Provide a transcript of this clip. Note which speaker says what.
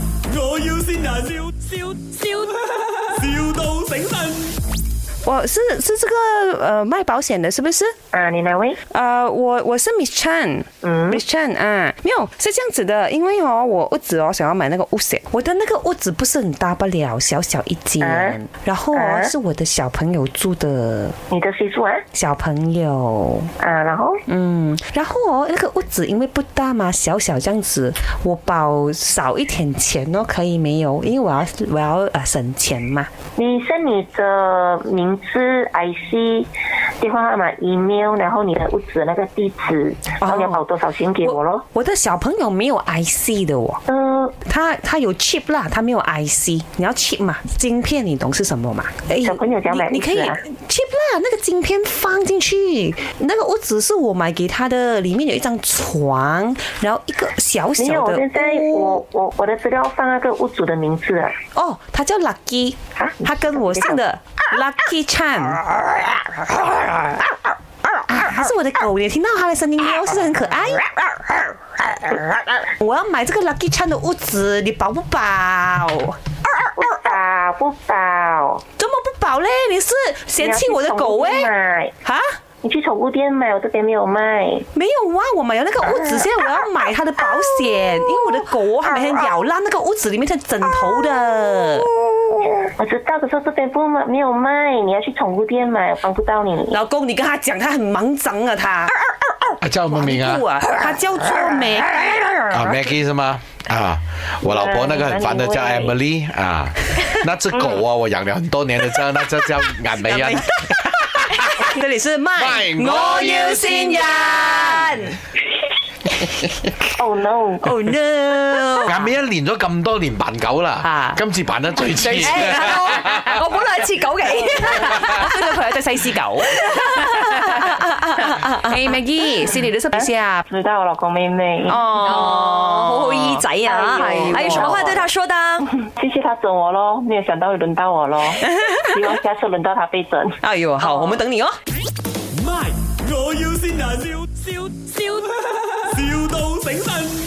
Speaker 1: 要先人，笑笑笑，, 笑到醒神。
Speaker 2: 我是是这个呃卖保险的，是不是？
Speaker 3: 啊，你哪位？
Speaker 2: 呃，我我是 Miss Chan，
Speaker 3: 嗯
Speaker 2: m i s s Chan 啊，没有是这样子的，因为哦，我屋子哦想要买那个屋险，我的那个屋子不是很大不了，小小一间，
Speaker 3: 啊
Speaker 2: 然后哦
Speaker 3: 啊
Speaker 2: 是我的小朋友住的，
Speaker 3: 你的谁住啊？
Speaker 2: 小朋友，
Speaker 3: 啊，然后
Speaker 2: 嗯，然后哦那个屋子因为不大嘛，小小这样子，我保少一点钱哦，可以没有？因为我要我要呃省钱嘛，
Speaker 3: 你 send 你的名字、IC、电话号码、email，然后你的屋子那个地址，然后你要保多少钱给我咯？
Speaker 2: 我的小朋友没有 IC 的哦。
Speaker 3: 嗯，
Speaker 2: 它它有 chip 啦，它没有 IC。你要 chip 嘛？晶片你懂是什么嘛？哎
Speaker 3: 小朋友讲买
Speaker 2: 你你可以
Speaker 3: 屋子啊
Speaker 2: chip 啦，那个晶片放进去。那个屋子是我买给他的，里面有一张床，然后一个小
Speaker 3: 没有，
Speaker 2: 小
Speaker 3: 我
Speaker 2: 的
Speaker 3: 现在
Speaker 2: 屋。
Speaker 3: 我我我的资料放那个屋主的名字啊。
Speaker 2: 哦，他叫 Lucky，
Speaker 3: 啊
Speaker 2: 他跟我姓的 Lucky Chan。啊，它是我的狗，你有听到它的声音没有？是不是很可爱？
Speaker 3: 啊
Speaker 2: 我要买这个 Lucky Chan 的屋子，你保不保？
Speaker 3: 不保不保，
Speaker 2: 怎么不保嘞？你是嫌弃我的狗
Speaker 3: 你要去宠物店
Speaker 2: 哎？
Speaker 3: 买，
Speaker 2: 啊，
Speaker 3: 你去宠物店买，我这边没有卖。
Speaker 2: 没有啊，我买了那个屋子，现在我要买它的保险，因为我的狗哦它每天咬烂那个屋子里面的枕头的。
Speaker 3: 我知道，可是这边不卖，没有卖，你要去宠物店买，我帮不到你。
Speaker 2: 老公，你跟他讲，他很忙张啊，他
Speaker 4: 啊叫什么名啊
Speaker 2: 不？啊，他叫做美。
Speaker 4: 啊，Maggie 是吗？啊，我老婆那个很烦的叫
Speaker 3: 哪里
Speaker 4: Emily 啊，那只狗啊，我养了很多年的，叫那只叫眼眉啊。
Speaker 2: 这里是麦，
Speaker 4: 麦我要
Speaker 2: 新人。
Speaker 3: Oh no！
Speaker 2: Oh no！
Speaker 4: 眼眉一練咗咁多年扮狗啦
Speaker 2: 啊，哎
Speaker 4: 今次扮得最似。
Speaker 2: 誒我我本來係似狗嘅，我知道佢係隻西施狗。Hey Maggie，先嚟到識唔識啊？
Speaker 3: 知道我老公妹妹，
Speaker 2: 哦，
Speaker 5: 哦，好好姨仔啊！
Speaker 3: 哎呦哦
Speaker 5: 还有什么话对他说的？
Speaker 3: 谢谢他整我咯，没有想到会轮到我咯，希望下次轮到他被整。
Speaker 2: 哎呦，好，我们等你哦。
Speaker 1: 卖，我要先人，笑笑笑，,笑到醒神。